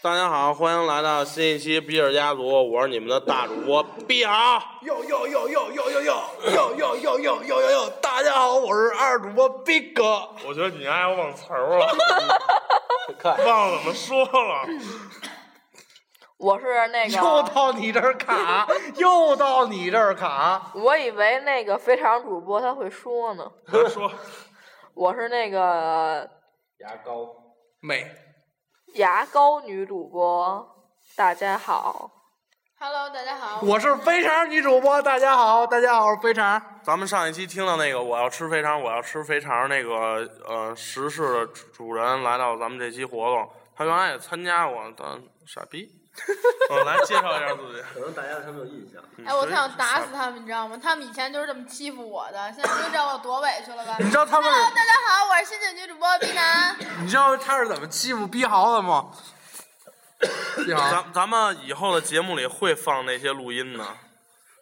大家好，欢迎来到新一期比尔家族，我是你们的大主播毕豪。哟哟哟哟哟哟哟哟哟哟哟哟哟！大家好，我是二主播逼哥。我觉得你爱我忘词儿了，看，忘了怎么说了。我是那又个，到你这儿 卡，又到你这儿卡。我以为那个非常主播他会说呢。咱说， 我是那个牙膏，美，牙膏女主播，大家好。 Hello，大家好。我是肥肠女主播。大家好，大家好，我是肥肠。咱们上一期听到那个我要吃肥肠，我要吃肥肠那个呃时事的主主人来到咱们这期活动，他原来也参加过，但傻 逼。我来介绍一下自己。可能大家对他没有印象。哎，我特想打死他们，你知道吗？他们以前就是这么欺负我的，现在就知道我多委屈了吧你知道他们？Hello，大家好，我是深圳女主播毕楠。你知道他是怎么欺负逼豪的吗？逼豪，咱咱们以后的节目里会放那些录音的，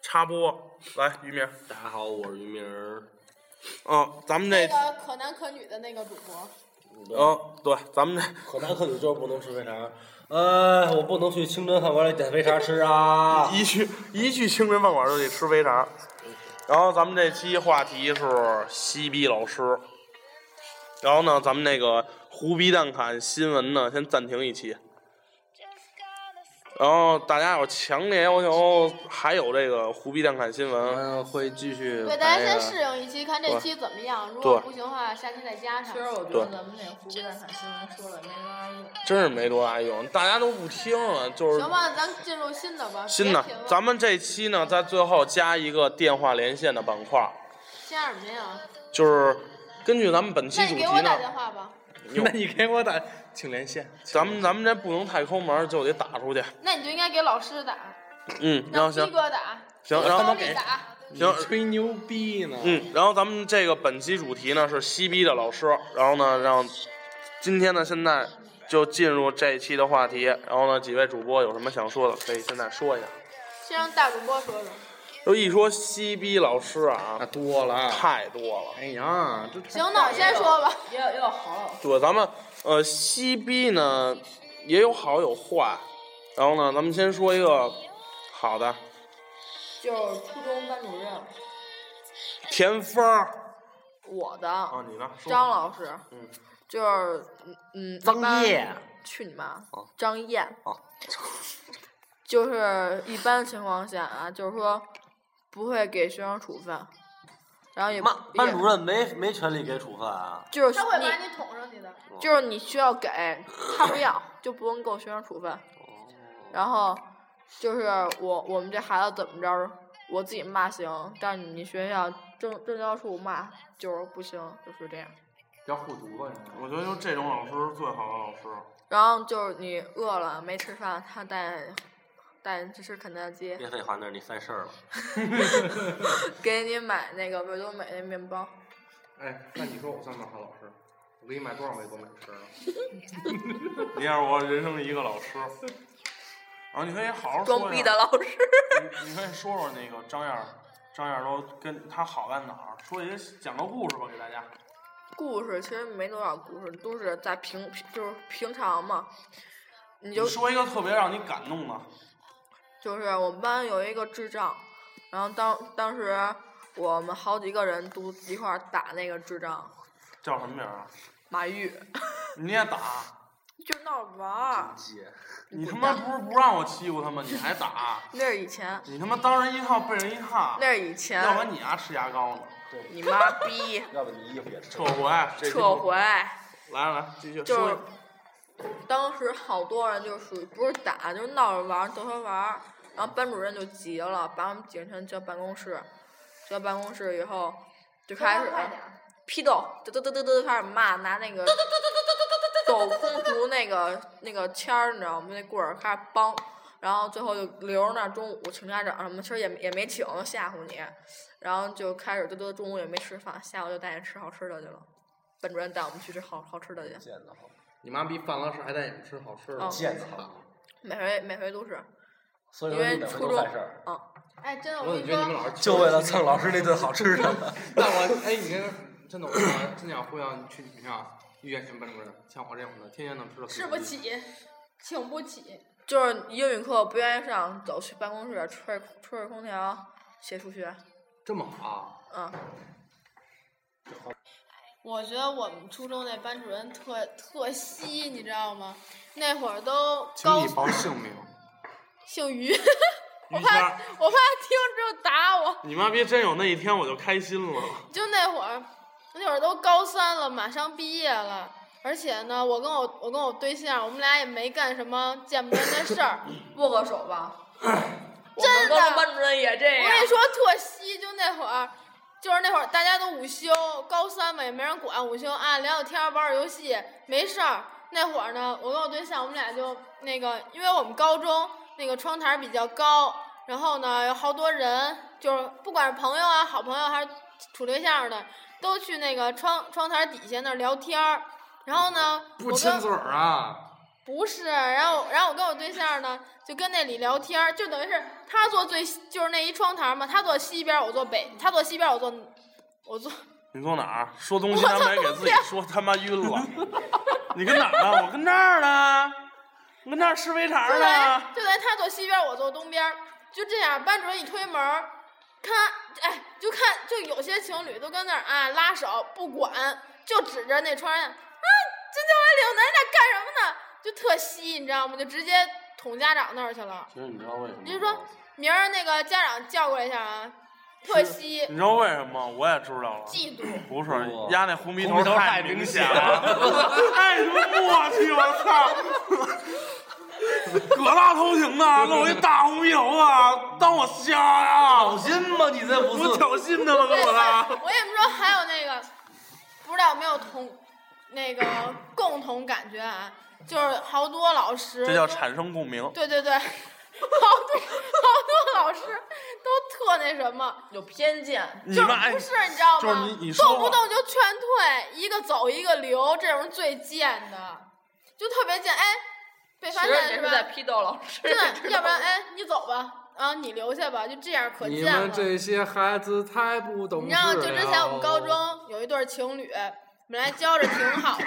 插播。来，于明，大家好，我是于明儿。嗯，咱们那这，个可男可女的那个主播，嗯，对，咱们这。可男可女就是不能吃肥肠。呃，我不能去清真饭馆里点肥肠吃啊一去一去清真饭馆就得吃肥肠。然后咱们这期话题是西逼老师。然后呢，咱们那个胡逼蛋侃新闻呢，先暂停一期。然后大家有强烈要求，还有这个胡逼蛋侃新我闻，们会继续对，大家先适应一期，看这期怎么样。如果不行的话，下期再加上其。实我觉对得咱们那胡逼蛋侃新闻说了没啥用，真是没多大用，大家都不听了，就是行吧，咱进入新的吧。新的别停了。咱们这期呢，在最后加一个电话连线的板块，加什么呀？就是根据咱们本期啊那主你题给我打呢，电话吧。 那你给我打，请连线。咱们咱们这不能太抠门，就得打出去。那你就应该给老师打，嗯，然让后逼行哥打，行给然后高给丽打。行你，吹牛逼呢？嗯，然后咱们这个本期主题呢是西逼的老师，然后呢让今天呢现在就进入这一期的话题，然后呢几位主播有什么想说的，可以现在说一下。先让大主播说说。就一说西逼老师啊啊，，多了啊。太多了。哎呀，这行，那我先说吧。也有也有好老师，对，咱们呃西逼呢也有好有坏，然后呢，咱们先说一个好的，就是初中班主任，田芳儿我的啊，你呢？张老师，嗯就是嗯，一般，去你妈！张燕哦， 就是一般情况下啊，就是说不会给学生处分，然后也不 妈，班主也任没没权利给处分啊。就是他会你把你捅上去的。就是你需要给，他不要，就不能给我学生处分。哦然后就是我我们这孩子怎么着，我自己骂行，但是你学校政政教处骂就是不行，就是这样。要护犊子，我觉得就这种老师是最好的老师。然后就是你饿了没吃饭，他带带你去吃肯德基，别废话，那是你犯事儿了。给你买那个维多美那面包。哎，那你说我算不算好老师？我给你买多少杯多美吃啊？ 你也是我人生的一个老师。然后你可以好好说一下装逼的老师，你你可以说说那个张燕儿，张燕儿都跟他好在哪儿？说一个讲个故事吧，给大家。故事其实没多少故事，都是在平就是平常嘛。你你就说一个特别让你感动的。就是我们班有一个智障，然后当当时我们好几个人都一块儿打那个智障叫什么名儿啊？马玉，你也打？就闹着玩儿。姐，你他妈不是不让我欺负他吗？你还打？那是以前，你他妈当人一套背人一套，那是以啊要不然前，你丫吃牙膏呢？你妈逼，要不你衣服也吃撤回，撤回。来来继续就是说。当时好多人就属于不是打，就是闹着玩儿逗他玩儿，然后班主任就急了，把我们几个人叫办公室，叫办公室以后就开始批斗，嘚嘚嘚嘚嘚开始骂，拿那个抖空竹那个那个签儿，你知道吗？那棍儿开始梆，然后最后就留着那儿中午请家长什么，其实也也没请，就吓唬你，然后就开始嘚嘚中午也没吃饭，下午就带你吃好吃的去了，班主任带我们去吃好好吃的去。见得好，你妈逼犯了事还带你们吃好吃的，哦见得好。每回每回都是，所以因说你为每回初都中犯事儿，，嗯，哎，真的，我我怎跟么觉你得你们说。老师就 为了蹭老师那顿好吃的。那我哎，你跟真的我想真的要呼吁你去你们学校遇见什么班主任，像我这种的，天天能吃到吃不，起， 请不起。就是英语课不愿意上，走去办公室吹吹着空调写数学，这么好啊？嗯，我觉得我们初中那班主任特特稀，你知道吗？那会儿都请高你报姓名。姓于， 我于怕谦儿我怕听之后打我。你妈逼真有那一天我就开心了。就那会儿，那会儿都高三了，马上毕业了，而且呢，我跟我我跟我对象，我们俩也没干什么见不得人的事儿。握个手 吧。我真们的高中班主任也这我样跟。你说，特稀，就那会儿，就是那会儿大家都午休，高三嘛也没人管，午休啊聊聊天儿，玩玩游戏，没事儿。那会儿呢，我跟我对象，我们俩就那个，因为我们高中那个窗台比较高，然后呢有好多人，就是不管是朋友啊、好朋友还是处对象的，都去那个窗窗台底下那儿聊天儿。然后呢，不我亲跟嘴儿啊！不是，然后然后我跟我对象呢，就跟那里聊天儿，就等于是他坐最就是那一窗台嘛，他坐西边儿，我坐北，他坐西边儿，我坐我坐你坐哪儿？说东西南北给自己说他妈晕了。你跟哪儿呢？我跟这儿呢。我跟这儿吃肥肠就等呢。于就等于他坐西边儿，我坐东边儿，就这样。班主任一推门儿，看，哎，就看就有些情侣都跟那儿啊拉手不管，就指着那窗上啊，这叫来领男人干什么呢？就特稀，你知道吗？就直接捅家长那儿去了。其实你知道为什么吗？你就说明儿那个家长叫过来一下啊，特稀。你知道为什么吗？我也知道了。嫉妒，不是哇，压那红鼻红头鼻头太太明显显了，太他妈默契，我操！葛大头型的，露一大红鼻头啊，当我瞎呀小？心吧，你这不我是挑衅他吗？跟我的？我跟你们说，还有那个，不知道有没有同那个共同感觉啊，就是好多老师，这叫产生共鸣。对对对，好 多好多老师都特那什么，有偏见，你就是妈哎不是你知道吗？就是你你说吧动不动就劝退，一个走一个留，这种人最贱的，就特别贱。哎，被其发实现你是是在吧？批斗老师，真 的，要不然哎，你走吧，啊，你留下吧，就这样可你贱了。们这些孩子太不懂你事知道，了。就之前我们高中有一对情侣，本来交着挺好的，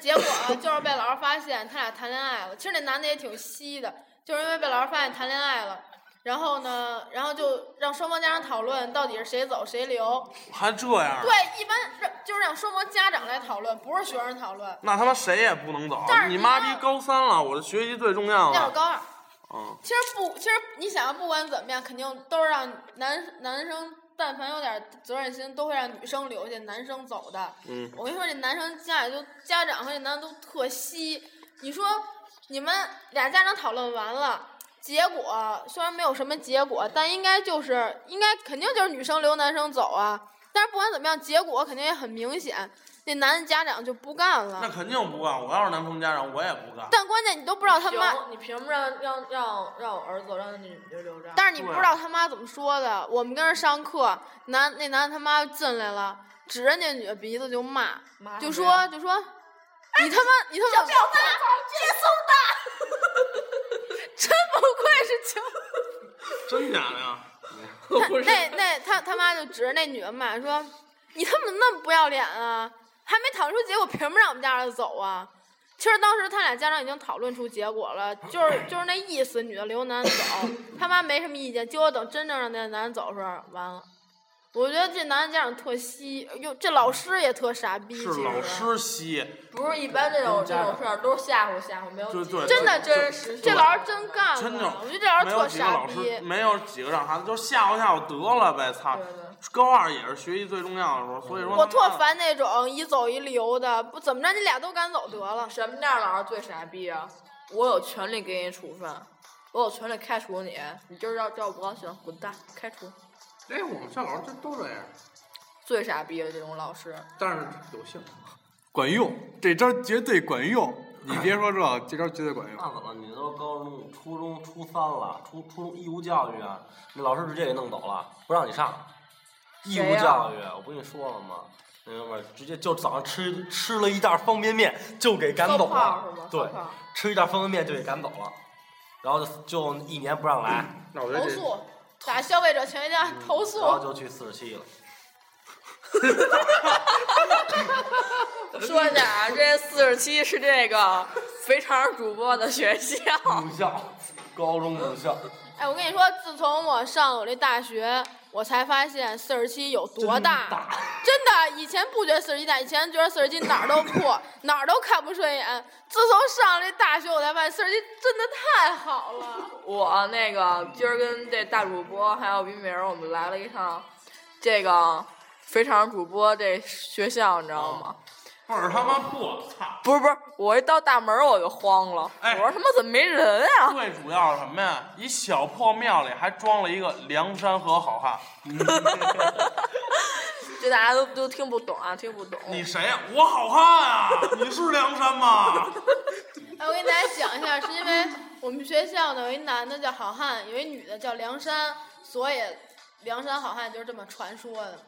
结果啊就是被老师发现他俩谈恋爱了。其实那男的也挺稀的，就是因为被老师发现谈恋爱了，然后呢，然后就让双方家长讨论到底是谁走谁留。还这样？啊对，一般让就是让双方家长来讨论，不是学生讨论。那他妈谁也不能走但是！你你妈看逼高三了，我的学习最重要那会儿了。高二，嗯，其实不，其实你想要不管怎么样，肯定都是让男男生，但凡有点责任心，都会让女生留下，男生走的。嗯，我跟你说，这男生家里就家长和这男的都特稀。你说你们俩家长讨论完了，结果虽然没有什么结果，但应该就是应该肯定就是女生留男生走啊。但是不管怎么样，结果肯定也很明显，那男的家长就不干那了。肯定不啊干。我要是男生家长，我也不干。但关键你都不知道他妈行，你凭什么让让让让我儿子走，让你女的留着？但是你不对知道他妈怎么说的。我们跟着上课，男那男的他妈进来了，指着那女的鼻子就骂，骂就什么哎呀说就说，你他妈你他妈大，这真不愧是情。真假的呀？他那那他他妈就指着那女的骂说，你他妈怎么那么不要脸啊？还没讨论出结果，凭什么让我们家儿子走啊？其实当时他俩家长已经讨论出结果了，就是就是那意思，女的留男的走，他妈没什么意见。结果等真正让那男的走的时候，完了，我觉得这男的家长特稀，哟，这老师也特傻逼。是其实老师吸，不是一般这种这种事儿都是吓唬吓唬，没有对对真的真实。这老师真干真的了，我觉得这老没有师特几个傻老逼师，。嗯没有几个让孩子就吓唬吓唬得了呗，操对对！高二也是学习最重要的时候，所以说他我妈特烦那种一走一留的，不怎么着你俩都赶走得了。啊什么样的老师最傻逼啊？我有权利给你处分，我有权利开除你，你就是要叫我不高兴，滚蛋，开除。哎，我们校老师真都这样，最傻逼的这种老师，但是有效，管用，这招绝对管用。你别说这，这招绝对管用。那怎么？你都高中、初中、初三了，初初中义务教育啊，那老师直接给弄走了，不让你上。义务谁呀教育，我不跟你说了吗？你明白吗？直接就早上吃吃了一袋方便面就给赶走放炮是了吗，对放炮，吃一袋方便面就给赶走了，然后就就一年不让来，那我觉投得这诉，打消费者权益架投然后诉。就去四十七了。说一下啊，这四十七是这个肥肠主播的学校，嗯母校，高中母校，哎，我跟你说，自从我上我这大学，我才发现四十七有多啊嗯大。真的，以前不觉得四十七大，以前觉得四十七哪儿都破，哪儿都看不顺眼。自从上了这大学，我才发现四十七真的太好了。我那个今儿跟这大主播还有冰明儿，我们来了一趟这个肥肠主播这学校，你知道哦吗？倍儿他妈破，操！不是不是，我一到大门儿我就慌了，哎我说他妈怎么没人啊？最主要是什么呀？一小破庙里还装了一个梁山和好汉，这大家都都听不懂啊，听不懂。你谁呀、我好汉啊！你是梁山吗？ 哎，我给大家讲一下，是因为我们学校呢有一男的叫好汉，有一女的叫梁山，所以梁山好汉就是这么传说的。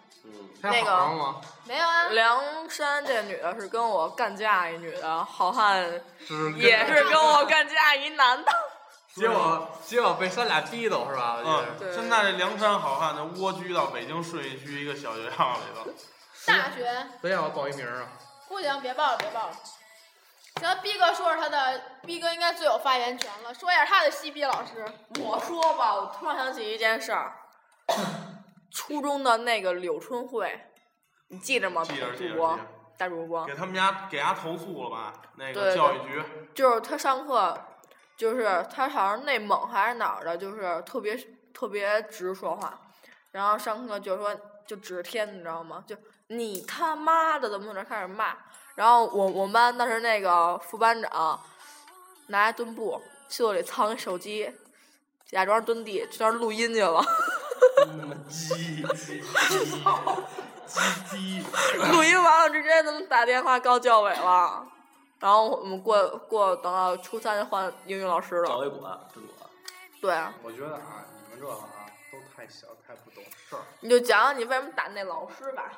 那个好上吗？没有啊，梁山这女的是跟我干架一女的，好汉是跟也是跟我干架一男的。结果结果被三俩逼斗是吧？嗯，对现在这梁山好汉就蜗居到北京顺义区一个小学校里头。啊大学非要报一名啊？不行，别报了，别报了。行，逼哥说说他的，逼哥应该最有发言权了，说一下他的西逼老师。我说吧，我突然想起一件事 儿，初中的那个柳春慧，你记着吗？记着记着主播记着，大主播给，他们家给家投诉了吧？那对个教育局，就是他上课，就是他好像内蒙还是哪儿的，就是特别特别直说话，然后上课就说就指天，你知道吗？就你他妈的怎么怎么着开始骂，然后我我们班当时那个副班长拿墩布袖子里藏一手机，假装蹲地去那儿录音去了，鸡鸡鸡鸡，录音完了直接他们打电话告教委了。然后我们过过等到初三就换英语老师找了，一管，真管。对啊，我觉得啊，你们这个啊都太小，太不懂事儿。你就讲讲你为什么打那老师吧。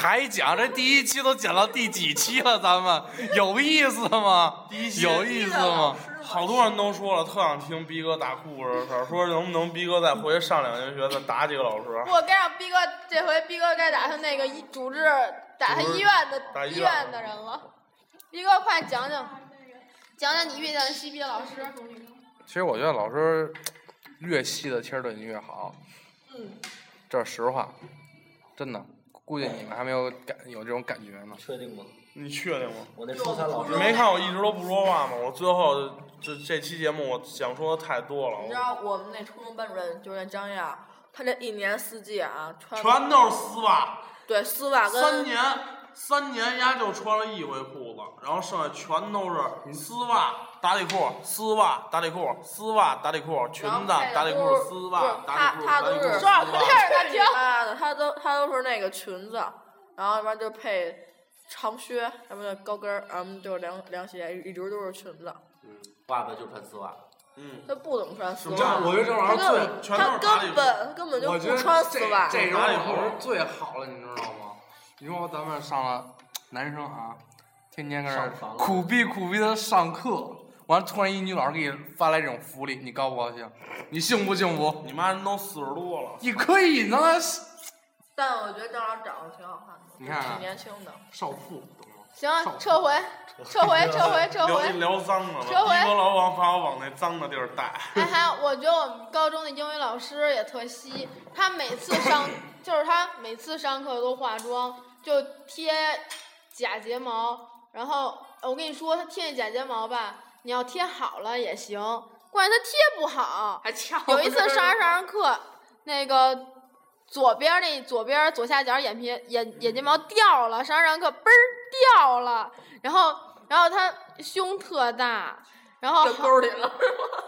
还讲这第一期都讲到第几期了？咱们有意思吗？第一期有意思吗？好多人都说了，特想听逼哥打故事的事儿，说能不能逼哥再回去上两年学，再打几个老师。我该让逼哥这回逼哥该打他那个医主治打他医院打的医医院院的人了。逼哥，快讲讲，讲讲你遇见的西逼老师。其实我觉得老师越细的，其实对你越好。嗯，这是实话，真的。估计你们还没有感有这种感觉呢。确定吗？你确定吗？我那初三老师你没看我一直都不说话吗？我最后这这期节目我想说的太多了，你知我道我们那初中班主任就是那张燕儿，她这一年四季啊，穿全都是丝袜，对丝袜三跟年三年丫就穿了一回裤子，然后剩下全都是丝袜、打底裤、丝袜、打底裤、丝袜、打底裤、裙子、打底裤、丝袜、打底裤、打底裤、丝说点快袜。点的听。妈的，她都她都是那个裙子，然后要不然就配长靴，要不然就高跟儿，要么就凉凉鞋，一直都是裙子，爸爸嗯就穿丝袜。嗯，她不怎么穿丝什么袜叫，我觉得这她玩意根儿本全都是她打理根本她根本最，就我觉不得穿丝袜，这这种打理老师裤最好了，你知道吗？你说咱们上了男生啊，天天跟这儿上房了苦逼苦逼的上课，完了突然一女老师给你发来这种福利，你高不高兴？你幸不幸福？你妈人都四十多了，你可以呢，但我觉得张老师长得挺好看的，你看啊挺年轻的。少妇懂吗？行，撤回，撤回，撤回，撤聊回。聊脏了吧？撤回一哥老王把我往那脏的地儿带。 哎，还有，我觉得我们高中的英语老师也特稀，他每次上 就是他每次上课都化妆，就贴假睫毛，然后呃我跟你说，他贴那假睫毛吧，你要贴好了也行，关键他贴不好。还翘有一次上着上着课，那个左边那左边左下角眼皮眼眼睫毛掉了，上着上着课嘣儿掉了，然后然后他胸特大，然后掉好沟里了，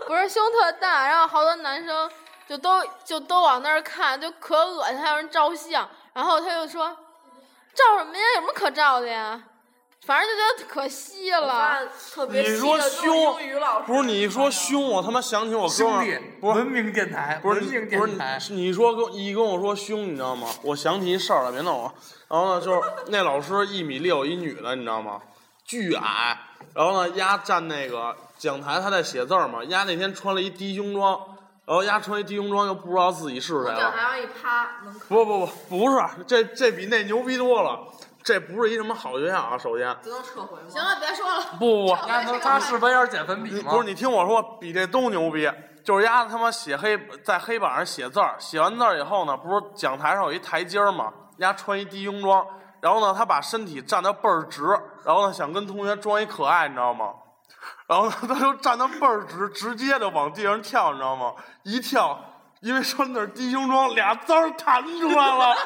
不是胸特大，然后好多男生就都就都往那儿看，就可恶心，还有人照相，然后他就说照什么呀？有什么可照的呀？反正就觉得可惜了。特别你稀说的就是胸英语老师不是你一说凶，我他妈想起我哥们兄儿弟，，不是文明电台，不是文你明不是电你台，你说跟一跟我说凶，你知道吗？我想起一事儿了，别弄我。然后呢，就是那老师一米六，一女的，你知道吗？巨矮。然后呢，丫站那个讲台，她在写字儿嘛。丫那天穿了一低胸装，然后丫穿一低胸装又不知道自己是谁讲台了。上一趴能看。不不不，不是，这这比那牛逼多了。这不是一什么好学校啊，首先。这能撤回吗？行啊了，别说了。不不，丫丫头头她他是是弯腰捡粉笔你吗？不是你听我说，比这都牛逼，就是丫他妈写黑在黑板上写字儿，写完字儿以后呢，不是讲台上有一台阶儿吗？丫穿一低胸装，然后呢，他把身体站得倍儿直，然后呢，想跟同学装一可爱，你知道吗？然后呢，他就站得倍儿直，直接就往地上跳，你知道吗？一跳，因为穿的是低胸装，俩字儿弹出来了，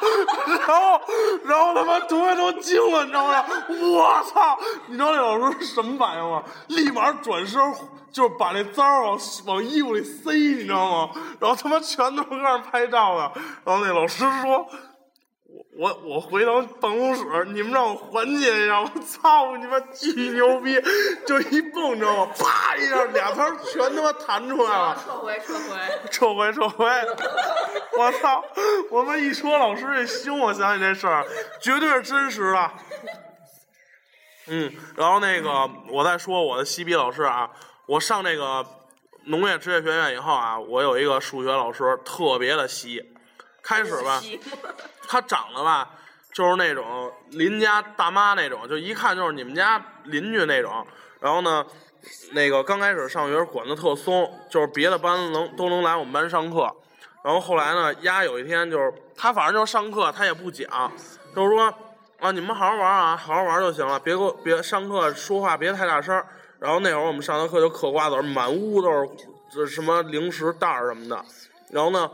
然后，然后他妈同学都惊了，你知道吗？我操！你知道有时候是什么反应吗？立马转身，就是把那簪儿往往衣服里塞，你知道吗？然后他妈全都搁那儿拍照呢。然后那老师说。我我回到办公室，你们让我缓解一下，我操你妈巨牛逼，就一蹦，你知道吗？啪一下，俩摊儿全他妈弹出来了。撤回撤 回，撤回撤回！我操！我们一说老师这凶，我想起这事儿，绝对是真实的。嗯，然后那个我再说我的西比老师啊，我上这个农业职业学院以后啊，我有一个数学老师特别的稀，开始吧，他长得吧就是那种邻家大妈那种，就一看就是你们家邻居那种。然后呢，那个刚开始上学管得特松，就是别的班能都能来我们班上课。然后后来呢，丫有一天就是他反正就是上课他也不讲，就是说啊你们好好玩啊，好好玩就行了，别给我别上课说话别太大声儿。然后那会儿我们上堂课就嗑瓜子儿，满屋都是这什么零食袋儿什么的。然后呢，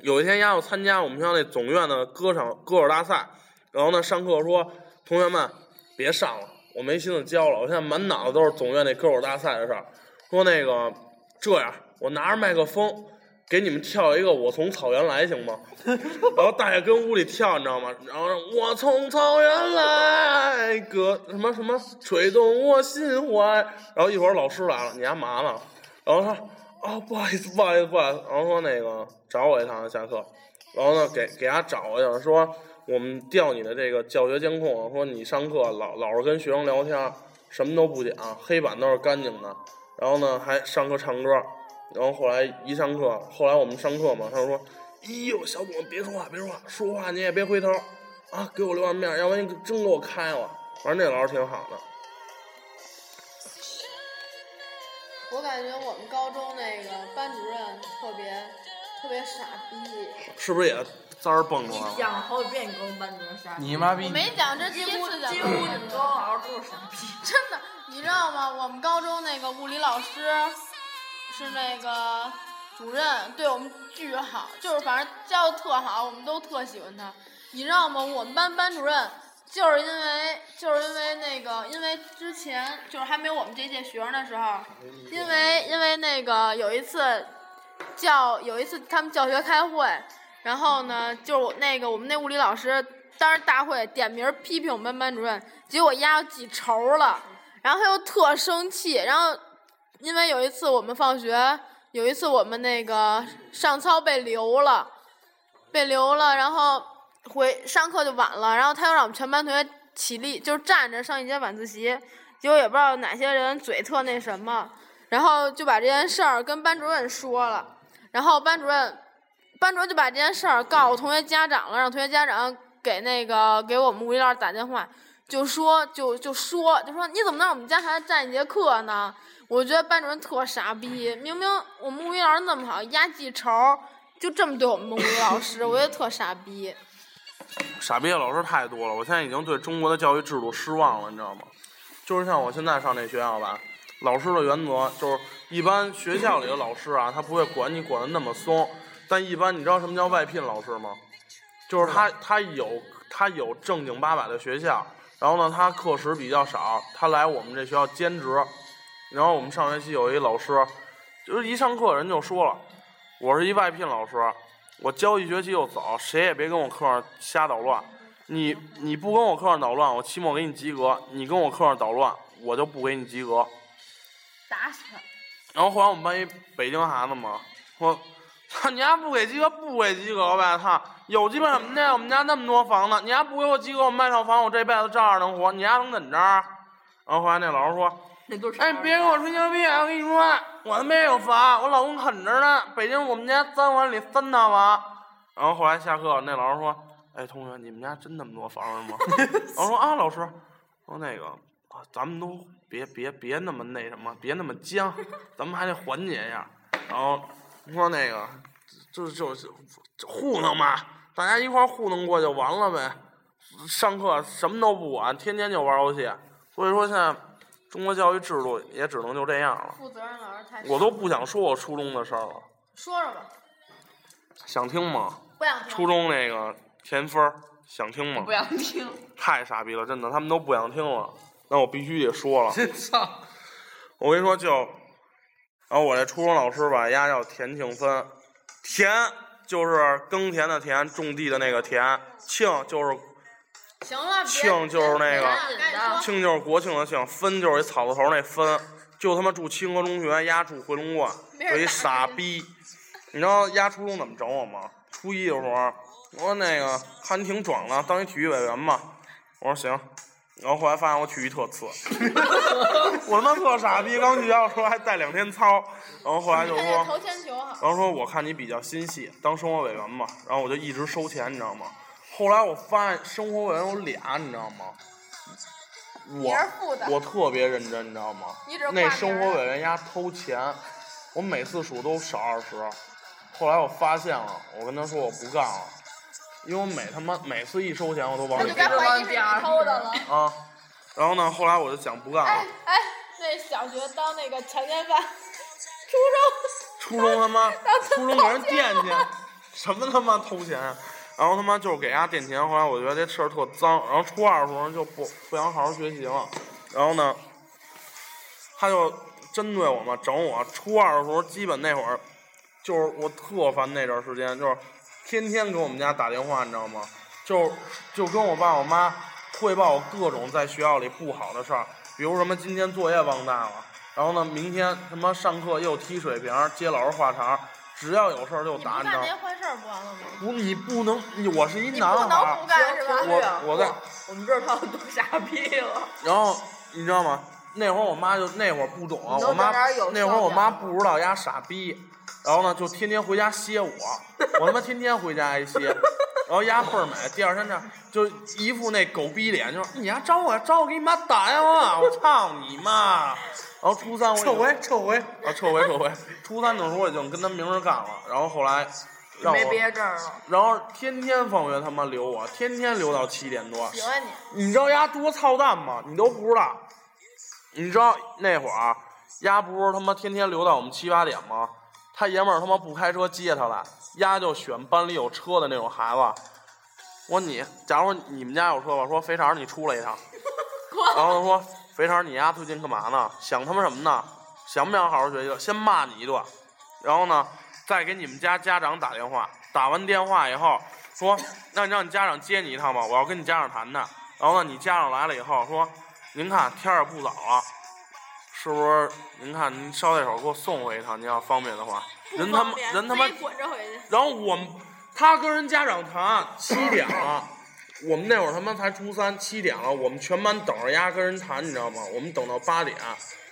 有一天丫要参加我们学校那总院的歌唱歌手大赛，然后呢上课说同学们别上了，我没心思教了，我现在满脑子都是总院那歌手大赛的事儿。说那个这样，我拿着麦克风给你们跳一个《我从草原来》行吗？ 然后大家跟屋里跳，你知道吗？然后我从草原来，歌什么什么吹动我心怀。然后一会儿老师来了，你干嘛呢？然后他说啊、不好意思，不好意思，不好意思。然后说那个找我一趟下课，然后呢给给他找去了，说我们调你的这个教学监控，说你上课老老是跟学生聊天，什么都不讲，黑板都是干净的，然后呢还上课唱歌，然后后来一上课，后来我们上课嘛，他就说，哎呦小左别说话别说话，说话你也别回头，啊给我留点面儿，要不然你真给我开了。反正那老师挺好的，我感觉我们高中那个班主任特别特别傻逼。是不是也滋儿蹦出来了？讲了好几遍，你跟我们班主任瞎你妈逼！没讲这几七乎次讲几乎你跟我老师都是傻逼。真的，你知道吗？我们高中那个物理老师是那个主任，对我们巨好，就是反正教的特好，我们都特喜欢他。你知道吗？我们班班主任就是因为就是因为那个，因为之前就是还没有我们这届学生的时候，因为因为那个有一次教有一次他们教学开会，然后呢，就是我那个我们那物理老师当时大会点名批评我们班班主任，结果丫记仇了，然后他又特生气，然后因为有一次我们放学，有一次我们那个上操被留了，被留了，然后回上课就晚了，然后他又让我们全班同学起立，就是站着上一节晚自习，结果也不知道哪些人嘴特那什么，然后就把这件事儿跟班主任说了，然后班主任。班主任就把这件事儿告诉同学家长了，让同学家长给那个给我们物理老师打电话，就说就就说就说你怎么能让我们家孩子占一节课呢？我觉得班主任特傻逼，明明我们物理老师那么好，压记仇，就这么对我们物理老师，我觉得特傻逼。傻逼的老师太多了，我现在已经对中国的教育制度失望了，你知道吗？就是像我现在上这学校吧，老师的原则就是，一般学校里的老师啊，他不会管你管的那么松，但一般你知道什么叫外聘老师吗？就是他他有他有正经八百的学校，然后呢，他课时比较少，他来我们这学校兼职。然后我们上学期有一老师，就是一上课人就说了，我是一外聘老师，我教一学期就走，谁也别跟我课上瞎捣乱。你你不跟我课上捣乱，我期末给你及格；你跟我课上捣乱，我就不给你及格。打死他！然后后来我们班一北京孩子嘛，说，操你丫不给及格不给及格呗，操，有鸡巴什么的呀？我们家那么多房子，你丫不给我及格，我卖套房，我这辈子照样能活，你丫能怎么着啊？然后后来那老师说，那都是哎，别跟我吹牛逼啊！我跟你说，我他妈也有房，我老公啃着呢。北京我们家三环里三套房。然后后来下课，那老师说：“哎，同学，你们家真那么多房是吗？然后说啊，老师，说那个啊，咱们都别别别那么那什么，别那么僵，咱们还得缓解一下。然后说那个，就就是糊弄嘛，大家一块儿糊弄过就完了呗。上课什么都不管，天天就玩游戏。所以说现在中国教育制度也只能就这样了。负责任老师太少我都不想说我初中的事儿了，说说吧，想听吗？不想听。初中那个填分儿，想听吗不？想听。太傻逼了，真的，他们都不想听了。那我必须得说了，操！我跟你说就，然后我这初中老师吧，丫叫田庆芬，田就是耕田的田，种地的那个田，庆就是行了，别庆就是那个赶紧说庆就是国庆的庆，分就是一草字头那分，就他妈住清河中学，丫住回龙观，没人有一打傻你逼。你知道丫初中怎么找我吗？初一的时候，我说那个看你挺壮的，当一体育委员吧。我说行，然后后来发现我体育特次，我他妈特傻逼，刚学校的时候还带两天操，然后后来就那个说投铅球好，然后说我看你比较心细，当生活委员吧，然后我就一直收钱，你知道吗？后来我发现生活委员有俩，你知道吗？你是副的我我特别认真，你知道吗你只是？挂名啊那儿生活委员丫偷钱，我每次数都少二十。后来我发现了，我跟他说我不干了，因为我每他妈每次一收钱我都往那里就该给怀疑是你偷的了。啊。然后呢，后来我就想不干了哎。哎，那小学当那个强奸犯，初初中他妈，初中给人垫钱，什么他妈偷钱，啊然后他妈就是给人家垫钱。后来我觉得这事儿特脏，然后初二的时候就不不想好好学习了，然后呢，他就针对我嘛，整我。初二的时候，基本那会儿就是我特烦那段时间，就是天天给我们家打电话，你知道吗？就就跟我爸我妈汇报我各种在学校里不好的事儿，比如什么今天作业忘带了，然后呢明天什么上课又踢水瓶儿、接老师话茬儿，只要有事儿就中，你打，不你知干道那些吗？坏事儿不完了吗？不，你不能，你我是一你不男孩能不儿，干是啊吧？我我在。我们知道他有多傻逼了。然后你知道吗？那会儿我妈就那会儿不懂啊，你我都在妈那儿有那会儿我教养妈不知道丫傻逼，然后呢就天天回家歇我，我他妈天天回家挨歇，然后丫倍儿美，第二天这就一副那狗逼脸，就说你丫招我呀，招我给你妈打电啊话，我操你妈！然后初三我已经撤回，撤回。啊撤回撤回，初三的时候我已经跟他明着干了，然后后来让没我毕，业证了，然后天天放学他妈留我，天天留到七点多，喜 欢你，你知道丫多操蛋吗？你都不知道。你知道那会儿丫不是他妈天天留到我们七八点吗？他爷们儿他妈不开车接他来，丫就选班里有车的那种孩子。我说你，假如你们家有车吧，说肥肠你出来一趟。然后他说肥肠你丫最近干嘛呢？想他妈什么呢？想不想好好学习？先骂你一顿，然后呢，再给你们家家长打电话。打完电话以后，说那你让你家长接你一趟吧，我要跟你家长谈谈。然后呢，你家长来了以后说，您看天儿也不早了，是不是？您看您捎带手给我送回一趟，您要方便的话。人他妈人他妈自己滚着回去。然后我们他跟人家长谈七点了，我们那会儿他妈才初三，七点了，我们全班等着丫跟人谈，你知道吗？我们等到八点，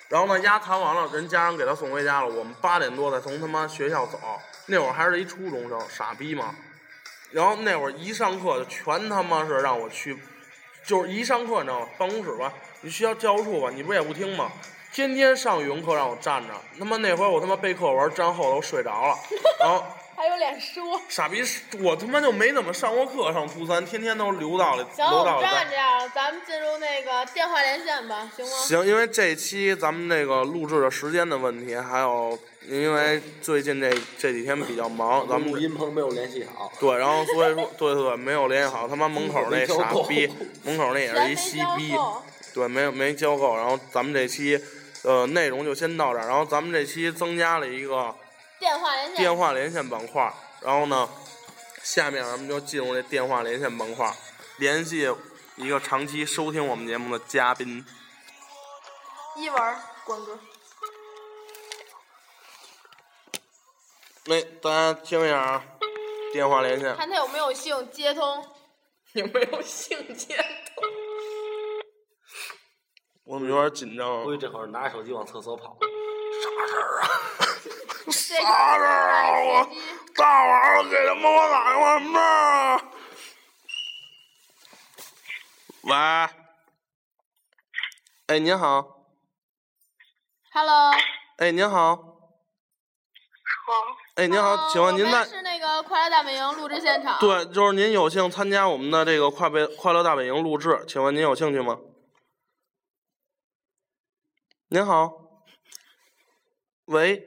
然后呢，丫谈完了，人家长给他送回家了，我们八点多才从他妈学校走，那会儿还是一初中生，傻逼嘛。然后那会儿一上课就全他妈是让我去，就是一上课你知道吗？办公室吧，你学校教务处吧，你不也不听吗？天天上语文课让我站着，他妈那回我他妈背课文站后头睡着了，然后。还有脸说？傻逼，我他妈就没怎么上过课，上初三，天天都留到了，行，我留到了们知道这家。样了，咱们进入那个电话连线吧，行吗？行，因为这期咱们那个录制的时间的问题，还有因为最近这这几天比较忙，咱们录音棚没有联系好，对，然后所以说，对对对，没有联系好，他妈门口那傻逼，门口那也咱是没一西交逼，够，对，没有没交够。然后咱们这期，呃，内容就先到这儿，然后咱们这期增加了一个电话连线电。话连线板块，然后呢，下面咱们就进入这电话连线板块，联系一个长期收听我们节目的嘉宾。一文儿，滚哥，那大家听一下啊，电话连线。看他有没有幸接通。有没有性接通？我怎么有点紧张啊估？计这会儿拿着手机往厕所跑。这个啊大晚上给他们我打电话呢？喂，哎，您好， Hello，哎，您好，哎，您好，请问您我在们？是那个《快乐大本营》录制现场。，对，就是您有幸参加我们的这个快本快乐大本营录制，请问您有兴趣吗？您好，喂，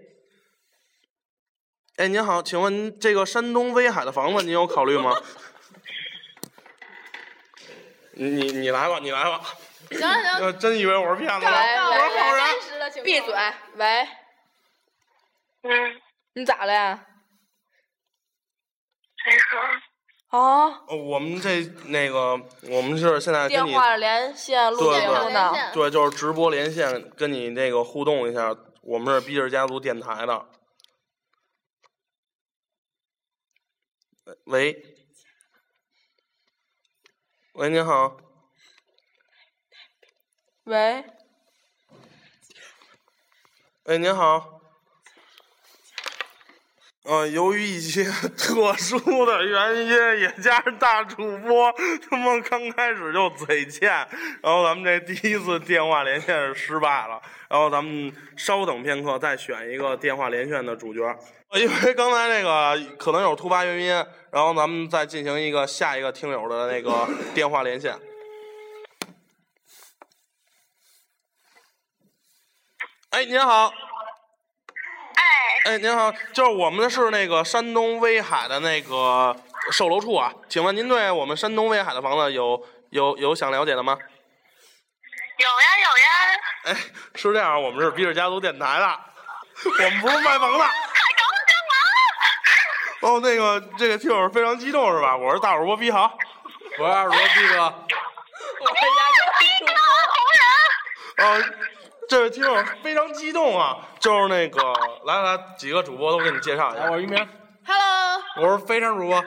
哎，您好，请问您这个山东威海的房子您有考虑吗？你你你来吧，你来吧，行了行了，要真以为我是啊骗子告了。来告我来们真实的情况。闭嘴！喂，嗯，你咋了呀？没事儿。啊，哦我们这那个，我们是现在电跟你话连线录对节对目呢连。线对，就是直播连线跟你那个互动一下。我们是逼着家族电台的。呃喂，喂，您好，喂，喂，哎您好。呃，由于一些特殊的原因，也加上大主播他妈刚开始就嘴欠，然后咱们这第一次电话连线是失败了，然后咱们稍等片刻再选一个电话连线的主角，呃因为刚才那个可能有突发原因，然后咱们再进行一个下一个听友的那个电话连线。哎，您好。哎，哎，您好，就是我们是那个山东威海的那个售楼处啊，请问您对我们山东威海的房子有有有想了解的吗？有呀有呀，哎，是这样，我们是逼着家族电台 的，我们不是卖 房的。还搞我干嘛？哦，那个这个听友非常激动是吧？我是大主播逼豪。我是二主播逼哥，哦，这位听友非常激动啊，就是那个来来几个主播都给你介绍一哎，下。我是于明， Hello，我是非常主播，啊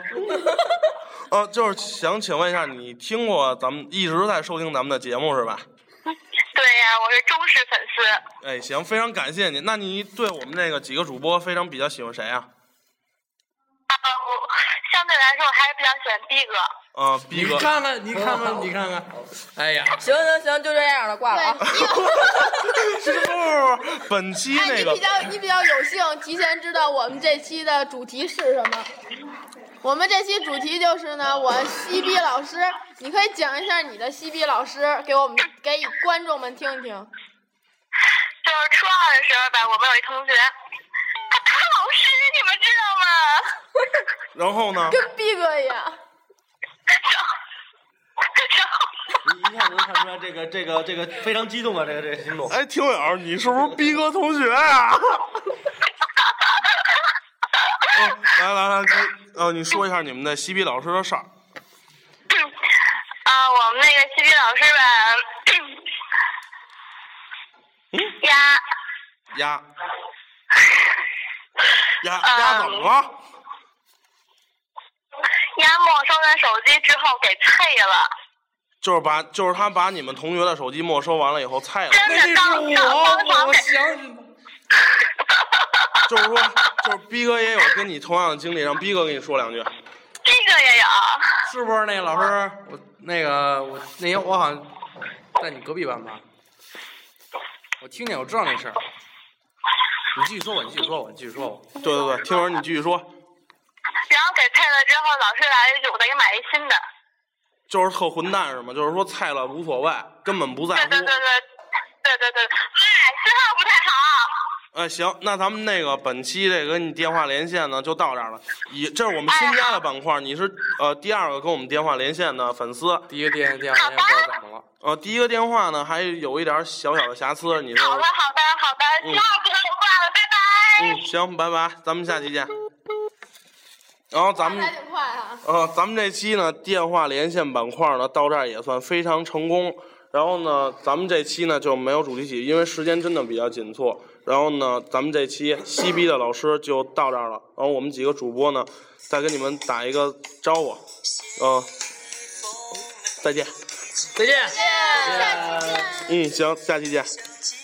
呃，就是想请问一下，你听过咱们一直在收听咱们的节目是吧？对呀，我是忠实粉丝。哎，行，非常感谢您。那你对我们那个几个主播非常比较喜欢谁啊？啊，我相对来说我还是比较喜欢逼哥。呃，逼你哥， 看看，你看看，你看看，哎呀，行行行，就这样了，挂了啊。对，因为不不不不，本期哎，那你个比，较你比较有幸提前知道我们这期的主题是什么。我们这期主题就是呢，我西逼老师，你可以讲一下你的西逼老师，给我们给观众们听就听。是初二的时候吧，我们有一同学，他打老师，你们知道吗？然后呢，跟逼哥一样，然后，然后一一看就能看出来这个这个这个非常激动啊，这个这个心动。哎，听友，你是不是逼哥同学呀、啊？ 哦来来来，跟呃，你说一下你们的西逼老师的事儿。啊，我们那个西皮老师吧，呀，鸭，鸭鸭怎么了？丫没收咱手机之后给退了，就是把，就是他把你们同学的手机没收完了以后菜了，真那的是当当当我，场我给想起就是说，就是逼哥也有跟你同样的经历，让逼哥跟你说两句。这个也有，是不是那个老师？我那个我那天我好像在你隔壁班吧，我听见我知道那事儿。你继续说我，你继续说我，你继续说我。对对对，听友你继续说。然后给退了之后，老师来了一句我再给你买一新的，就是特混蛋是吗？就是说菜了无所谓，根本不在对乎对。对对。对对对，哎，信号不太好。哎，行，那咱们那个本期这个跟你电话连线呢就到这儿了。以这是我们新加的板块，你是呃第二个跟我们电话连线的粉丝。第一个电电话连线不知道怎么了，呃，第一个电话呢还有一点小小的瑕疵，你是好的好的好的，信号不太好，挂了，拜拜。嗯行，拜拜，咱们下期见。然后咱看们来挺快啊。呃，咱们这期呢电话连线板块呢到这儿也算非常成功。然后呢，咱们这期呢就没有主题曲，因为时间真的比较紧促。然后呢，咱们这期西逼的老师就到这儿了。然后我们几个主播呢，再跟你们打一个招呼，嗯、再见。再见。下期见。嗯，行，下期见。想起